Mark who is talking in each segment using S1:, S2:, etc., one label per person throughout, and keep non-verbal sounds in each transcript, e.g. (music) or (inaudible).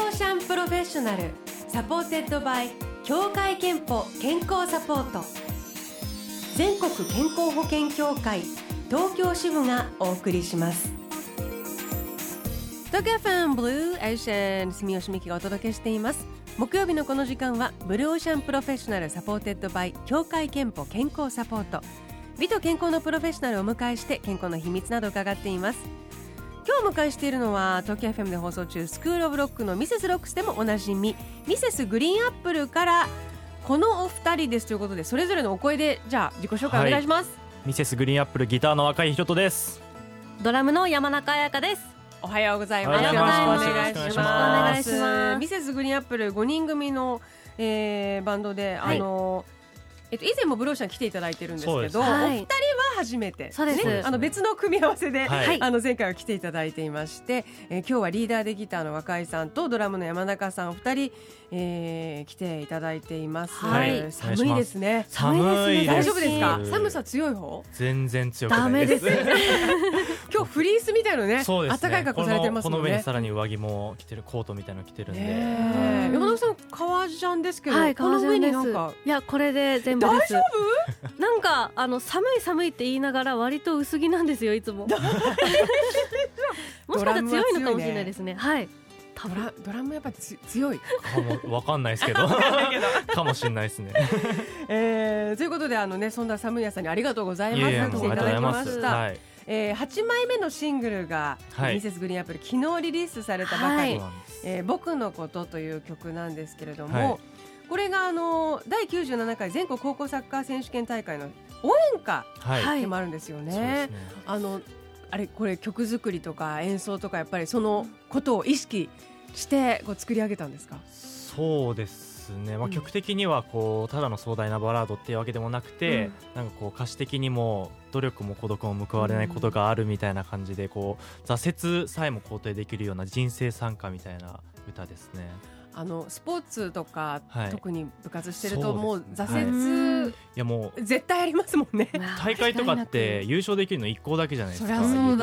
S1: ロフェッショナルサポーテッドバイ協会憲法健康サポート全国健康保険協会東京支部がお送りします東京ファンブルーアイシェン住吉美希がお届けしています木曜日のこの時間はブルーオーシャンプロフェッショナルサポーテッドバイ協会憲法健康サポート美と健康のプロフェッショナルをお迎えして健康の秘密など伺っています今日お迎えしているのは東京 FM で放送中スクールオブロックのミセスロックスでもおなじみミセスグリーンアップルからこのお二人ですということでそれぞれのお声でじゃあ自己紹介お願いします、
S2: ミセスグリーンアップルギターの若いひろとです。
S3: ドラムの山中彩香です。
S1: おはようございます。
S3: おはようござい
S1: よろ
S3: ます
S1: しくお願いします。
S3: よろしくお願いします
S1: ミセスグリーンアップル5人組の、えー、バンドで、
S3: はい
S1: あのえっと以前もブローシャン来ていただいてるんです
S2: そう
S1: け
S2: です
S1: ど、
S2: ね
S3: は
S1: お二
S3: い
S1: 人は初めて。
S3: そうです
S2: そうです
S1: あの別の組み合わせで、
S2: はい
S1: あの前回は来ていただいていまして、えー今日はリーダーでギターの若井さんとドラムの山中さんお二人、えー、来ていただいています。
S3: はい
S1: 寒いですね。
S2: 寒い
S1: 大
S2: で
S1: 丈
S2: す
S1: 夫ですか？寒さ強い方？
S2: 全然強く
S3: ダ
S2: な
S3: メ
S2: いで
S3: で
S2: すす。。
S1: 今日フリースみたいのね、
S2: (laughs) そうですね。
S1: 暖かい格好されてます
S2: この
S1: も
S2: こ
S1: ん
S2: の上
S1: ね
S2: に。さらに上着も着てるコートみたいなの着てるんで。
S1: ねえ山中さん革ジャンですけど、
S3: はい、
S1: この
S3: 彼
S1: 上
S3: 女
S1: に
S3: で
S1: なん
S3: す
S1: か。
S3: いや、これで全部です。大丈夫？なんかあの寒い寒いって言いながら割と薄着なんですよいつも。 (laughs) もしかしたら強いのかもしれないですね。はい。多
S1: ド
S3: 分。
S1: ラドラムやっぱつ強い、
S2: かもわかんないですけど。かもしれないですね。
S1: (laughs) えーということであのねそんな寒い朝にありがとうございます
S2: も
S1: 来
S2: う
S1: ていた
S2: あ
S1: だ
S2: りがとうござい
S1: き
S2: ま。
S1: ますし
S2: は
S1: た、
S2: い。
S1: えー、8枚目のシングルが「
S2: はい
S1: ミセスグリーンアップル」昨日リリースされたばか
S3: は
S1: り
S2: そ
S3: いう
S2: なんです
S1: えー僕のこと」という曲なんですけれども、
S2: はい
S1: これがあの第97回全国高校サッカー選手権大会の応援歌
S2: はい。
S3: はい
S1: でもあるんですよね。
S2: そうですね。
S1: あのあれこれ曲作りとか演奏とかやっぱりそのことを意識してこう作り上げたんですか。
S2: そうですね。
S1: う
S2: まあ
S1: ん
S2: 曲的にはこうただの壮大なバラードっていうわけでもなくて、なんかこう歌詞的にも努力も孤独も報われないことがあるみたいな感じでこう挫折さえも肯定できるような人生参加みたいな歌ですね。
S1: あのスポーツとか、
S2: はい
S1: 特に部活してるとも
S2: そう
S1: う
S2: ですね
S1: 挫折、
S2: いやもう
S1: 絶対ありますもんね。
S2: 大会とかって優勝できるの一校だけじゃないですか
S1: そりゃそうだ
S2: 言うとほとんど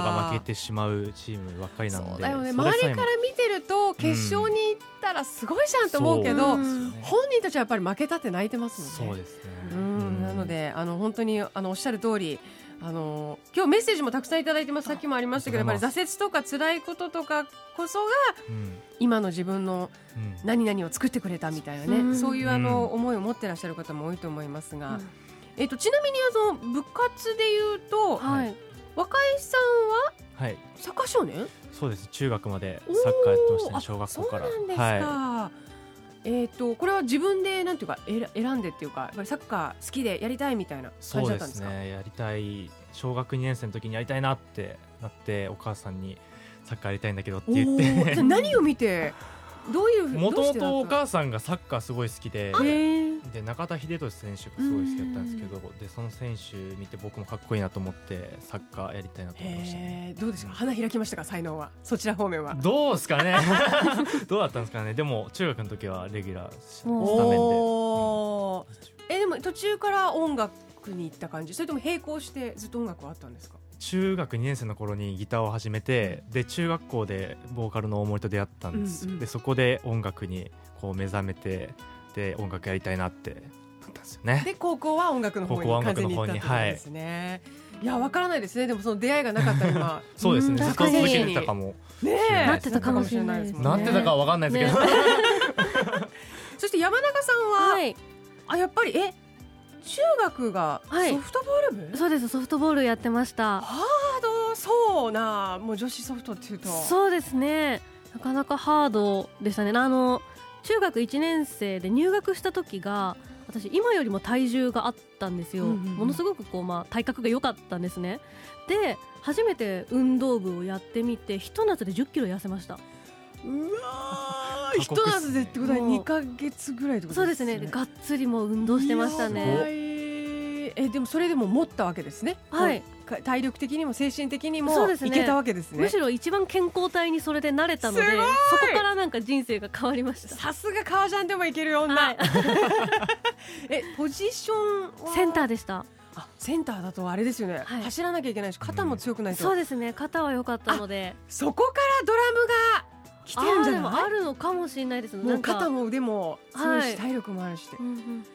S2: が負けてしまうチームばっかりな
S1: そ
S2: の
S1: う
S2: で
S1: だよね
S2: それ
S1: 周
S2: さえ
S1: り
S2: も
S1: から見てると決勝に行ったらすごいじゃんと思うけ
S2: け
S1: ど、
S3: うん
S1: 本人たちはやっぱり負けたって泣いてますも
S2: そ
S1: ん
S2: う
S1: ね。
S2: ですね
S1: うんなのであの本当にあのおっしゃる通りあの今日メッセージもたくさんいただいてますさっきもありましたけどやっぱり挫折とか辛いこととかこそが
S2: うん
S1: 今の自分の
S2: うん
S1: 何々を作ってくれたみたいなね、
S3: うん
S1: そういうあの
S2: うん
S1: 思いを持ってらっしゃる方も多いと思いますが、
S3: うん
S1: えっとちなみにあの部活で言うと
S3: はい。
S1: 若井さんは
S2: はい
S1: サッカー少年
S2: そうです中学までサッカーやってました
S1: おー
S2: ね小学校から
S1: そうなんですか、
S2: は
S1: えっとこれは自分でなんていうかえら選んでっていうかやっぱりサッカー好きでやりたいみたいない感
S2: そ
S1: じ
S2: う
S1: だっ
S2: で
S1: たんですすか
S2: ねやりたい小学2年生の時にやりたいなってなってお母さんにサッカーやりたいんだけどって言
S1: おーじゃあ
S2: って
S1: 何を見てどういう
S2: (laughs) もと
S1: どうし
S2: も
S1: てだっ
S2: とお
S1: たの
S2: 母さんがサッカーすごい好きで
S1: へー
S2: で中田英寿選手がすごい好きだったんですけどでその選手見て僕もかっこいいなと思ってサッカーやりたいなと思いましたね。
S1: へーどうですか花開きましたか才能はそちら方面は
S2: どうですかね (laughs) どうだったんですかねでも中学の時はレギュラースタメンで
S1: おーえでも途中から音楽に行った感じそれとも並行してずっと音楽はあったんですか
S2: 中学2年生の頃にギターを始めてで中学校でボーカルの大森と出会ったんです、
S1: うんうん
S2: でそこで音楽にこう目覚めてで音楽やりたいなってなったんですよね
S1: で高校は音楽の方
S2: 高校は
S1: に完
S2: 音楽
S1: 全
S2: の
S1: に行ったっ
S2: 方に
S1: てことですね、い、やわからないですねでもその出会いがなかったら
S2: (laughs)
S1: 今
S2: そうですね
S3: うん
S2: ずっと続けてたかも
S1: ねえ
S2: な
S3: ってたかもしれないですね
S2: なってたかは分かんないですけど、
S1: そして山中さんは、
S3: (laughs) はい。
S1: あやっぱりえ中学が
S3: はい
S1: ソフトボール部、
S3: そうです。ソフトボールやってました。
S1: ハードそうなもう女子ソフトっていうと
S3: そうですね。なかなかハードでしたね。あの中学1年生で入学した時が私今よりも体重があったんですよ。
S1: うんうんうん
S3: ものすごくこうまあ体格が良かったんですね。で初めて運動部をやってみてひと夏で10キロ痩せました。
S1: うわー
S2: 過
S1: 一
S2: 酷っすね
S1: 夏でってことは
S3: もう
S1: 2か月ぐらいってこと
S3: そうですね。がっつりもう運動してました
S1: や
S3: ね。
S1: ばいえでもそれでも持ったわけですね。
S3: はい
S1: こう。か体力的にも精神的にも
S3: そうですね
S1: いけたわけですね
S3: むし。ろ一番健康体にそれで慣れたのですそ
S1: ごい
S3: こからなんか人生が変わりました。
S1: さすが革ジャンでもいける女。
S3: はい、
S1: えポジションは
S3: センターでした。
S1: あセンターだとあれですよね、
S3: はい
S1: 走らなきゃいけないし肩も強くないと。
S3: そうですね。肩は良かったので。
S1: そこからドラムが来てるんじゃ
S3: あーでも
S1: な
S3: あ
S1: い
S3: るのかもしれないですね
S1: も
S3: な
S1: うん
S3: か
S1: 肩も腕も強いし、
S3: はい
S1: 体力もあるしって
S3: うんうん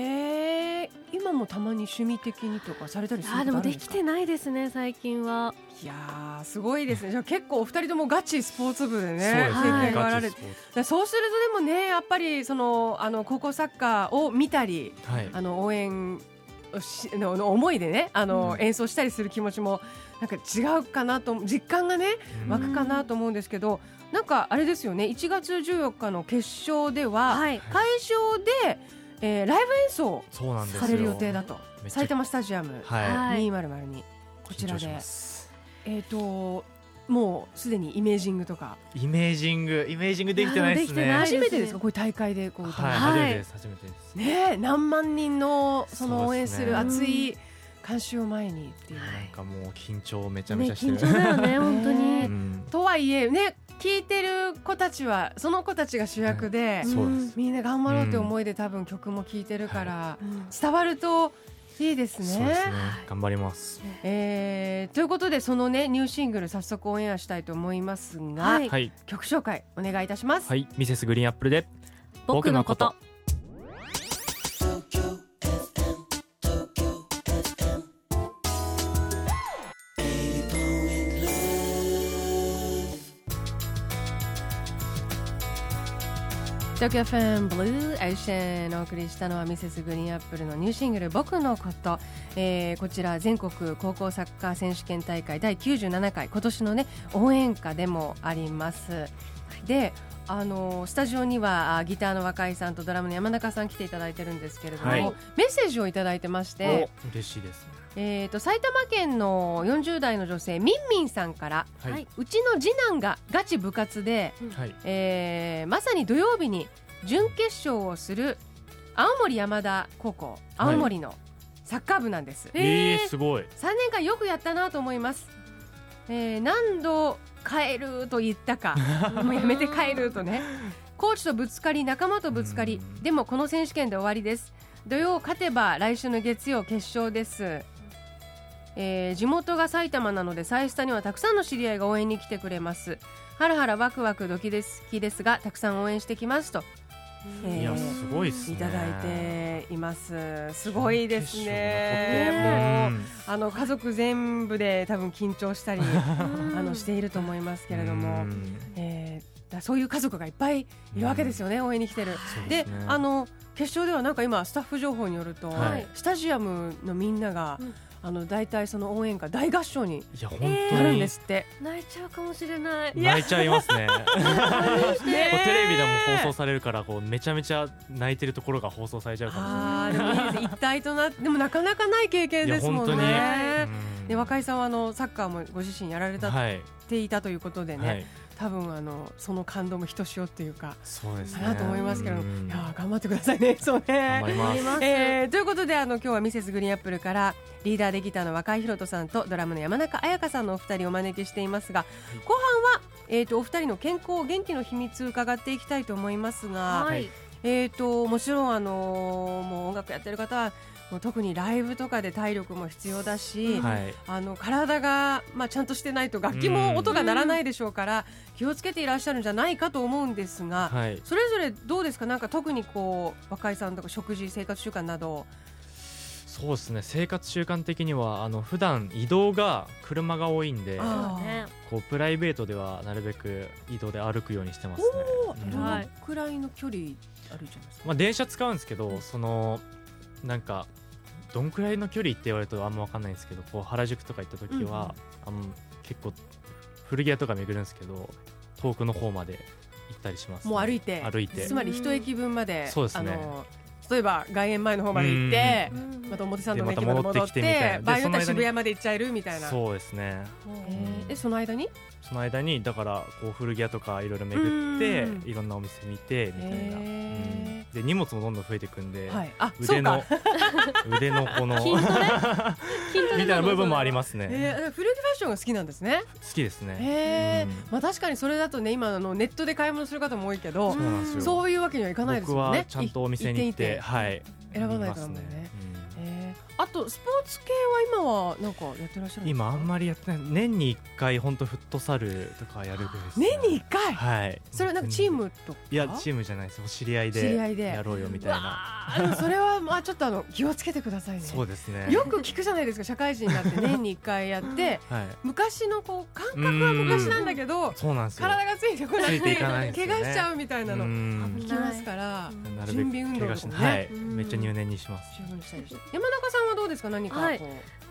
S1: へえ今もたまに趣味的にとかされたりするこ
S3: あーで
S1: とあ
S3: も
S1: るん
S3: で
S1: です
S3: き
S1: か
S3: てないですね最近はい
S1: やーすごいですねじゃあ結構お二人ともガチスポーツ部でね
S2: (laughs) そうです
S1: 経
S2: ね、
S1: 験があら
S2: ガ
S1: れ
S2: チ
S1: て
S2: スポーツ
S1: でそうするとでもねやっぱりそのあの高校サッカーを見たり
S2: はい
S1: あの応援をしのの思いでねあの、
S2: うん
S1: 演奏したりする気持ちもなんか違うかなと実感がね
S2: うん
S1: 湧くかなと思うんですけど、なんかあれですよね1月14日の決勝では、
S3: はい
S1: 会場で、えーライブ演奏
S2: そうなんですよ
S1: される予定だと
S2: めっちゃ
S1: 埼玉スタジアム
S2: はい
S3: はい
S1: 2002、こちら
S2: 緊張し
S1: で
S2: ま。す
S1: えー、ともうすでにイメージングとか
S2: イメージングイメージングできてないですね
S3: いやでも
S1: 初
S3: きてない
S1: めてですかこういう大会でこう歌うの
S2: はい、初め
S3: はい
S2: てです初めてです
S1: ねえ何万人のその
S2: そ
S1: 応
S2: う
S1: 援
S2: ですすね
S1: る熱い観衆を前にっていう、
S2: なんかもう緊張めちゃめ
S3: ね
S2: ちゃしてる、
S3: 緊張だよね本当
S1: ね
S3: に
S2: うん
S1: とはいえね聞いてる子たちはその子たちが主役で、
S3: うん
S2: そうです
S1: みんな頑張ろうって思いで多分曲も聴いてるから、
S3: うん
S1: 伝わるといいですね。
S2: そうですね頑張ります
S1: えーということでそのねニューシングル早速オンエアしたいと思いますが、
S3: はい
S2: はい
S1: 曲紹介お願いいたします。
S2: はいミセスグリーンアップルで
S3: 僕のこと
S1: 東京 FM ブルーエーシェンお送りしたのはミセスグリーンアップルのニューシングル「僕のこと」えーこちら全国高校サッカー選手権大会第97回今年のね応援歌でもありますであのースタジオにはあギターの若井さんとドラムの山中さん来ていただいてるんですけれども、
S2: はい
S1: メッセージをいただいてまして、
S2: お嬉しいですね
S1: えー、と埼玉県の40代の女性みんみんさんから
S3: は
S2: はいい、
S1: うちの次男がガチ部活で
S2: はい、
S1: えーまさに土曜日に準決勝をする青森山田高校青森のサッカー部なんです、
S3: え
S2: え
S3: ー
S2: ー、すごい
S1: 3年間よくやったなと思います、えー何度帰ると言った (laughs) かもうやめて帰るとねコーチとぶつかり仲間とぶつかり
S2: うん
S1: でもこの選手権で終わりです土曜勝てば来週の月曜決勝ですえー地元が埼玉なので再スタにはたくさんの知り合いが応援に来てくれますハラハラワクワクドキドキですがたくさん応援してきますと、えー
S2: いやすごいです
S1: い
S2: ね
S1: ただいていますすごいです
S2: 準決
S1: ねも
S2: 勝
S1: う
S2: 残って
S1: あの家族全部で多分緊張した
S2: (laughs)
S1: りあのしていると思いますけれども
S2: う、ん
S1: えーだそういう家族がいっぱいいるわけですよね、応援に来てる。
S2: そう
S1: で、
S2: すね
S1: あの決勝ではなんか今スタッフ情報によると、
S2: はい
S1: スタジアムのみんなが、
S3: うん
S1: あの大体その応援歌大合唱に
S2: いや本
S1: な
S2: 当
S1: るん
S2: に
S1: ですって。
S3: 泣いちゃうかもしれない
S2: 泣いちゃいます
S1: (laughs)
S2: ね
S1: ね
S2: こうテレビでも放送されるからこうめちゃめちゃ泣いてるところが放送されちゃうかもし
S1: あーでもいいです一体となってでもなかなかない経験ですもん
S2: いや
S3: 本当
S1: ね
S2: れ。ない
S1: で若
S2: い
S1: 井さんはあのサッカーもご自身やられた
S2: はい、
S1: ていたということでね、
S2: はい、
S1: 多分あのその感動もひとしおっていうか
S2: そうです
S1: か
S2: ね
S1: なと思いますけれども、
S2: うん
S1: いやー頑張ってくださいね (laughs) そうね
S2: 頑張ります
S3: ます
S1: えーということであの今日はミセスグリーンアップルからリーダーでギターの若井宏人さんとドラムの山中彩香さんのお二人をお招きしていますが後半は、えー、とお二人の健康元気の秘密伺っていきたいと思いますが、
S3: はい
S1: えー、ともちろん、あのーもう音楽やってる方はもう特にライブとかで体力も必要だし、
S2: はい
S1: あの体が、まあ、ちゃんとしてないと楽器も音が鳴らないでしょうから気をつけていらっしゃるんじゃないかと思うんですが、
S2: はい
S1: それぞれどうですかなんか特にこう若井さんとか食事生活習慣など
S2: そうですね生活習慣的にはあの普段移動が車が多いんで
S1: あ
S3: そうね
S2: こうプライベートではなるべく移動で歩くようにしてますね、うん
S1: ど
S3: 偉い
S1: のくらいの距離あるじゃないですか、
S2: まあ、電車使うんですけどそのなんかどんくらいの距離って言われるとあんま分かんないんですけどこう原宿とか行った時は、あの結構古着屋とか巡るんですけど遠くの方まで行ったりしますね、
S1: もう歩いて
S2: 歩いて
S1: つまり一駅分まで
S2: そうですね
S1: あの例えば外苑前の方まで行って
S3: う。ん
S1: また表参道の
S2: でま
S1: 駅
S2: た
S1: まで
S2: 戻
S1: 戻
S2: っ
S1: って
S2: き
S1: て
S2: てみたいなで
S1: 場合によっては
S2: その間に
S1: 渋谷まで行っちゃえるみたいな
S2: そうですね
S1: (laughs) えーえその間に
S2: その間にだからこう古着屋とかいろいろ巡って
S1: うん
S2: いろんなお店見てみたいな、
S1: へ
S2: うんで荷物もどんどん増えていくんで、
S1: はいあそ
S2: 腕
S1: うか
S2: の (laughs) 腕の
S1: (laughs)
S2: この
S3: 筋トレ筋トレ
S2: みたいな部分もあり
S3: ま
S2: ますね、
S1: えー古着ファッションが好きなんですね
S2: 好きですね、
S1: へえ、
S2: うん
S1: まあ確かにそれだとね今あのネットで買い物する方も多いけど
S2: そうなんですよ
S1: そういうわけにはいかないです
S2: 僕
S1: もんね
S2: はちゃんとお店に行って
S1: 一軒一軒
S2: はい
S1: 選ばないとなんだよね
S2: 見ます
S1: えーあとスポーツ系は今はなんかやってらっしゃるんですか
S2: 今あんまりやってない年に1回本当フットサルとかやるぐらいですね、
S1: 年に一回、
S2: はい
S1: それはなんかチームとか
S2: いやチーム (laughs) じゃないですお知り合い
S1: 知り合い
S2: で
S1: で
S2: やろうよみたいな
S1: わあでもそれはまあちょっとあの気をつけてくださいね
S2: そうですね
S1: よく聞くじゃないですか社会人にな
S2: (laughs)
S1: って年に1回やって
S2: はい
S1: 昔のこう感覚は昔なんだけど
S2: そうなんですよ
S1: 体がついてこなく
S2: つ
S1: て
S2: いていかないですよ
S1: 怪
S2: ね
S1: 我しちゃうみたいなの
S2: う
S1: 聞
S2: ん
S1: きますから
S2: な
S1: 準
S2: るべく
S1: 備運動と
S2: 怪我
S1: か
S2: し
S1: も
S2: ない、
S1: ね、
S2: はい、
S1: うん
S2: めっちゃ入念にします
S1: 十分したいです山中さんはどうですか何かこう、
S3: はい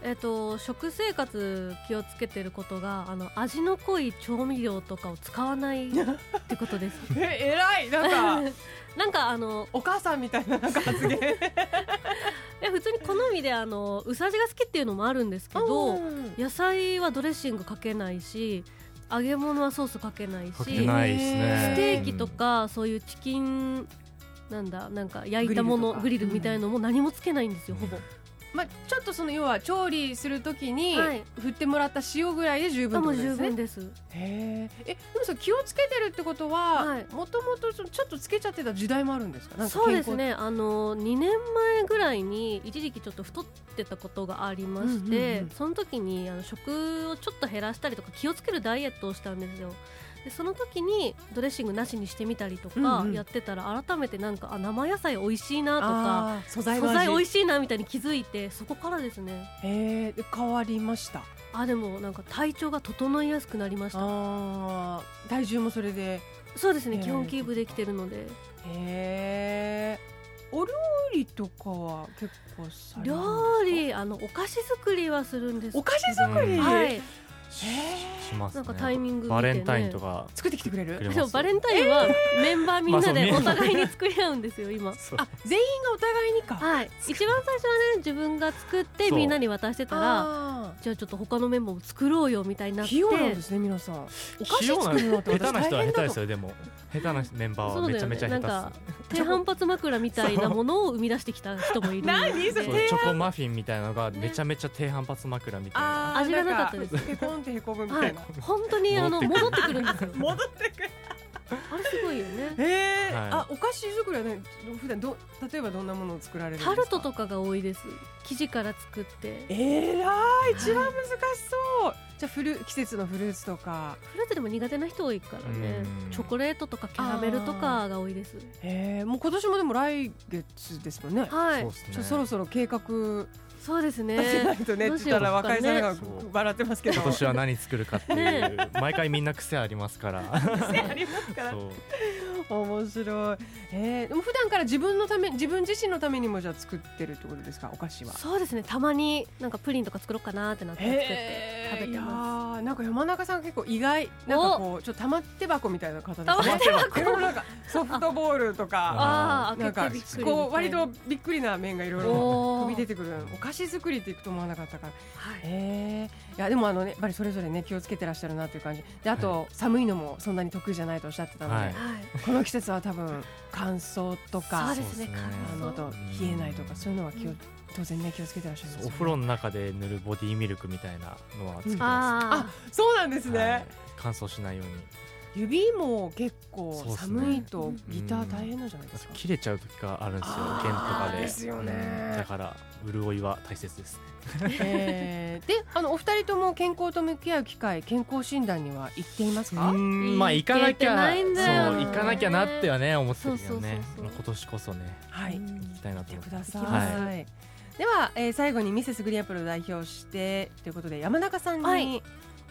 S3: えっと、食生活気をつけてることがあの味の濃い調味料とかを使わないってこと
S1: (laughs)
S3: です
S1: え偉いなんか
S3: なんかあの
S1: お母さんみたいななんか発言
S3: いや普通に好みであの薄味が好きっていうのもあるんですけ (laughs) ど野菜はドレッシングかけないし揚げ物はソースかけないし
S2: かけないですね
S3: ステーキとかそういうチキンなんだなんか焼いたもの
S1: グ
S3: グ
S1: リル
S3: リ
S1: とか
S3: ルみたいのも何もつけないんですよ、
S2: うん
S3: ほぼ
S1: まあ、ちょっとその要は調理するときに
S3: はい
S1: 振ってもらった塩ぐらいで十分
S3: あ
S1: って
S3: も
S1: ことで
S3: う十
S1: すね
S3: 分。です
S1: へーえでもさ気をつけてるってことは
S3: はい
S1: もともとちょっとつけちゃってた時代もあるんですかなんか
S3: そう
S1: 健
S3: で
S1: 康
S3: すねあの2年前ぐらいに一時期ちょっと太ってたことがありま
S1: う
S3: して、
S1: んうんうん
S3: その時にあの食をちょっと減らしたりとか気をつけるダイエットをしたんですよでその時にドレッシングなしにしてみたりと
S1: う
S3: か
S1: んうん
S3: やってたら改めてなんかあ生野菜美味しいなとか
S1: あー素材
S3: 素
S1: の味
S3: 材美味しいなみたいに気づいてそこからですね
S1: へー変わりました
S3: あでもなんか体調が整いやすくなりました
S1: あー体重もそれで
S3: そうですね
S1: えー
S3: 基本キープできてるので
S1: へえお料理とかは結構されるんですか
S3: 料理あのお菓子作りはするんです
S1: お菓子作り、
S2: うん
S3: はい
S2: しします
S3: な
S2: ね
S3: んかタイミング見てね
S2: バレンタインとか
S1: 作ってきてくれる
S2: 作ります
S3: でもバレンタインはメンバーみんなで
S2: まあ
S3: お
S2: そう
S3: 互いに作り合うんですよ今
S2: (laughs) そう
S1: あ全員がお互いにか
S3: はい一番最初はね自分が作って
S2: そう
S3: みんなに渡してたら
S1: あ
S3: じゃあちょっと他のメンバーも作ろうよみたいにな
S1: ー
S3: って
S1: 器用なんですね皆さんお菓子作るのって
S2: 器用な下手な
S1: 私大
S2: 人は下
S1: 変
S2: 手で
S1: だ
S2: す
S1: と
S2: よでも下手なメンバー
S3: そ
S2: は
S3: う
S2: め
S3: だ
S2: ちゃ
S3: よ
S2: め
S3: ね
S2: ちゃ下
S3: なん
S2: 手
S3: か
S2: っ
S3: 低反発枕みたいなものを生み出してきた人も
S2: (laughs)
S3: いるの
S1: 何そ
S2: す
S1: れ
S2: そう
S1: 低
S2: チ
S1: 反
S2: ョコマフィンみたいなのがめちゃめちゃ低反発枕みたいな
S1: ー
S3: 味がなかったです
S1: なんへこんでへこむみた
S3: はいい
S1: な、
S3: 本当にあの戻
S2: 戻
S3: っ
S2: って
S3: くるんですよ
S1: (laughs) 戻ってくる
S3: あれすごいよね
S1: へえ、
S2: はい
S1: あお菓子作りはね普段ど例えばどんなものを作られるんです
S3: タ
S1: か
S3: ルトとかが多いです生地から作って
S1: えらい一番
S3: は
S1: 難しそうじゃあフル季節のフルーツとか
S3: フルーツでも苦手な人多いからね
S2: うん
S3: チョコレートとかキャラメルとかが多いです
S1: へえもう今年もでも来月ですもんね、
S3: は
S2: そう
S3: い
S2: です
S1: ちょ
S2: ね
S1: そろそろ計画出
S3: そうです
S1: せな (laughs)
S3: ね
S1: いとね、
S3: ど
S1: っ
S3: う
S1: て
S3: し
S1: 言
S3: よ
S1: っ
S3: う
S1: た
S3: から
S1: 若井さんが
S2: そう
S1: 笑ってますけど
S2: 今年は何作るかっていう
S3: ね
S2: 毎回みんな癖ありますから
S1: 癖 (laughs) ありますから
S2: そう
S1: 面白いえー、でも普段から自分のため自分自身のためにもじゃあ作ってるってことですかお菓子は
S3: そうですねたまになんかプリンとか作ろうかなってなって作って食べてます
S1: すなんか山中さん結構意外なんかこうちょっと玉手箱みたいな方ですね
S2: 玉手箱
S1: でもなんかソフトボールとか
S3: ああ
S1: なん
S3: ー
S1: か
S3: 開けてびっくりみたいな
S1: こう割とびっくりな面がいろいろ
S3: お
S1: 飛
S3: ー
S1: び出てくるお菓子作りっていくと思わなかったから
S3: はい
S1: へえいやでもあのねやっぱりそれぞれね気をつけてらっしゃるなという感じであと、寒いのもそんなに得意じゃないとおっしゃってたので、
S2: はい
S3: はい
S1: この季節は多分乾燥と
S3: そ
S1: か
S3: うですね
S2: そうですね
S1: あのあと冷えないとかそういうのは気を当然ね気をつけてらっしゃいますよね
S2: お風呂の中で塗るボディミルクみたいなのは作ってま
S3: あ
S1: そうなんですすね、
S2: はい乾燥しないように
S1: 指も結構
S2: そうっすね
S1: 寒いとギター大変なんじゃないですか、
S2: 切れちゃう時があるんですよ
S1: あー
S2: 弦とかで
S1: ですよね
S2: うんだから潤いは大切です
S1: えーであのお二人とも健康と向き合う機会健康診断には行っています
S2: う
S1: か、
S2: んまあ行かなき
S3: 行けて
S2: ゃ
S3: ないんだよ
S2: そう行かなきゃなってはね思ってるけどね
S3: そうそうそうそう
S2: まあ今年こそね
S1: は
S3: う
S1: い
S3: ん
S2: 行きたいなと
S1: て
S2: 思っ
S1: く
S2: て
S1: ださい、
S3: 行きます
S1: はいでは、えー最後にミセスグリアプロを代表してということで山中さん
S3: は
S1: に
S3: い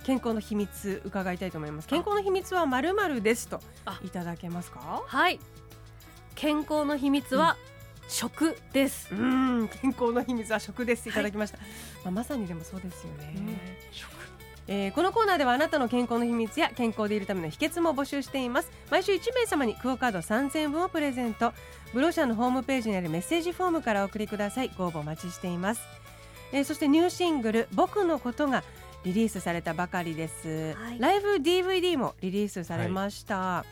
S1: 健康の秘密伺いたいと思います健康の秘密はまるまるですと
S3: あ
S1: いただけますか
S3: はい健康の秘密は食です
S1: うん健康の秘密は食ですいただきました、まあ、まさにでもそうですよね、
S3: うん
S1: えーこのコーナーではあなたの健康の秘密や健康でいるための秘訣も募集しています毎週1名様にクオカード3000円分をプレゼントブローシャのホームページにあるメッセージフォームからお送りくださいご応募お待ちしています、えーそしてニューシングル「僕のこと」がリリースされたばかりです、
S3: はい
S1: ライブ DVD もリリースされました、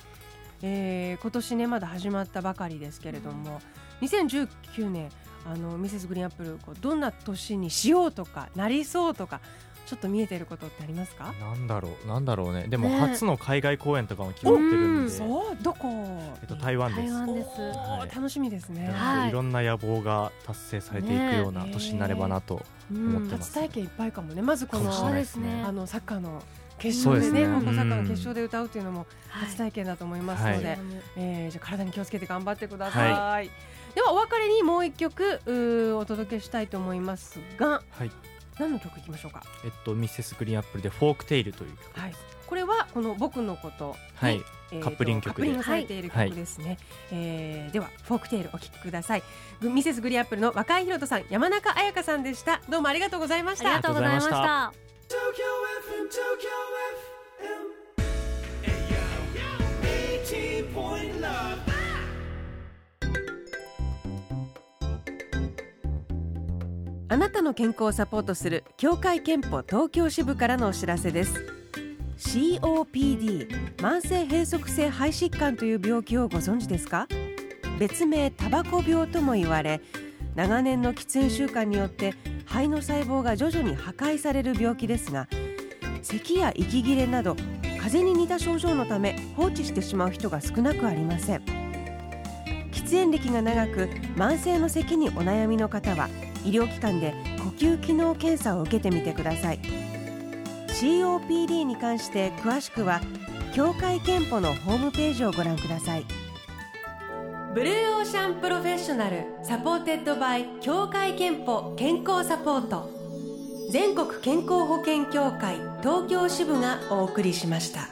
S1: えー今年ねまだ始まったばかりですけれども、2019年あのミセスグリーンアップルこうどんな年にしようとかなりそうとかちょっちょっと見えてることってありますか
S2: なんだろうなんだろうねでも
S3: ね
S2: 初の海外公演とかも決まってるんで、
S1: そうどこ
S2: えっと、台湾で
S3: 台
S2: す。
S3: 湾です
S1: おー
S2: はい
S1: 楽しみですね、
S2: なので
S3: はい
S2: い、ろんな野望が達成されていくような
S1: ね
S2: 年になればなと、
S3: うん
S2: 思ってます
S1: 初体験いっぱいかもねまずこ
S2: か
S1: の
S2: もしれない
S3: で
S2: ですす
S3: ね
S2: ね
S1: あのサッカーの決勝でね
S3: そうですね
S1: 高校サッカーの
S2: うん
S1: 決勝で歌うっていうのも初体験だと思います
S2: はい
S1: ので、えーじゃあ体に気をつけて頑張ってください、
S2: は
S1: ではお別れにもう一曲うーお届けしたいと思いますが
S2: はい
S1: 何の曲いきましょうか
S2: えっと、ミセスグリーンアップルで「フォークテイル」という曲、
S1: はいこれはこの僕のこと
S2: は
S1: に
S2: い、カップリング曲
S1: カップ
S2: で
S1: リングされている曲ですね、えーではフォークテイルお聴きくださいグミセスグリーンアップルの若井宏人さん山中彩香さんでしたどうもありがとうございまし
S3: あり
S1: た
S3: がとうございまし。
S2: ありがとうございました
S4: Tokyo FM, Tokyo FM. Hey yo, 18.9.
S1: あなたの健康をサポートする協会憲法東京支部からのお知らせです COPD 慢性閉塞性肺疾患という病気をご存知ですか別名タバコ病とも言われ長年の喫煙習慣によって肺の細胞が徐々に破壊される病気ですが咳や息切れなど風邪に似た症状のため放置してしまう人が少なくありません喫煙歴が長く慢性の咳にお悩みの方は医療機関で呼吸機能検査を受けてみてください COPD に関して詳しくは協会憲法のホームページをご覧くださいブルーオーシャンプロフェッショナルサポーテッドバイ協会憲法健康サポート全国健康保険協会東京支部がお送りしました。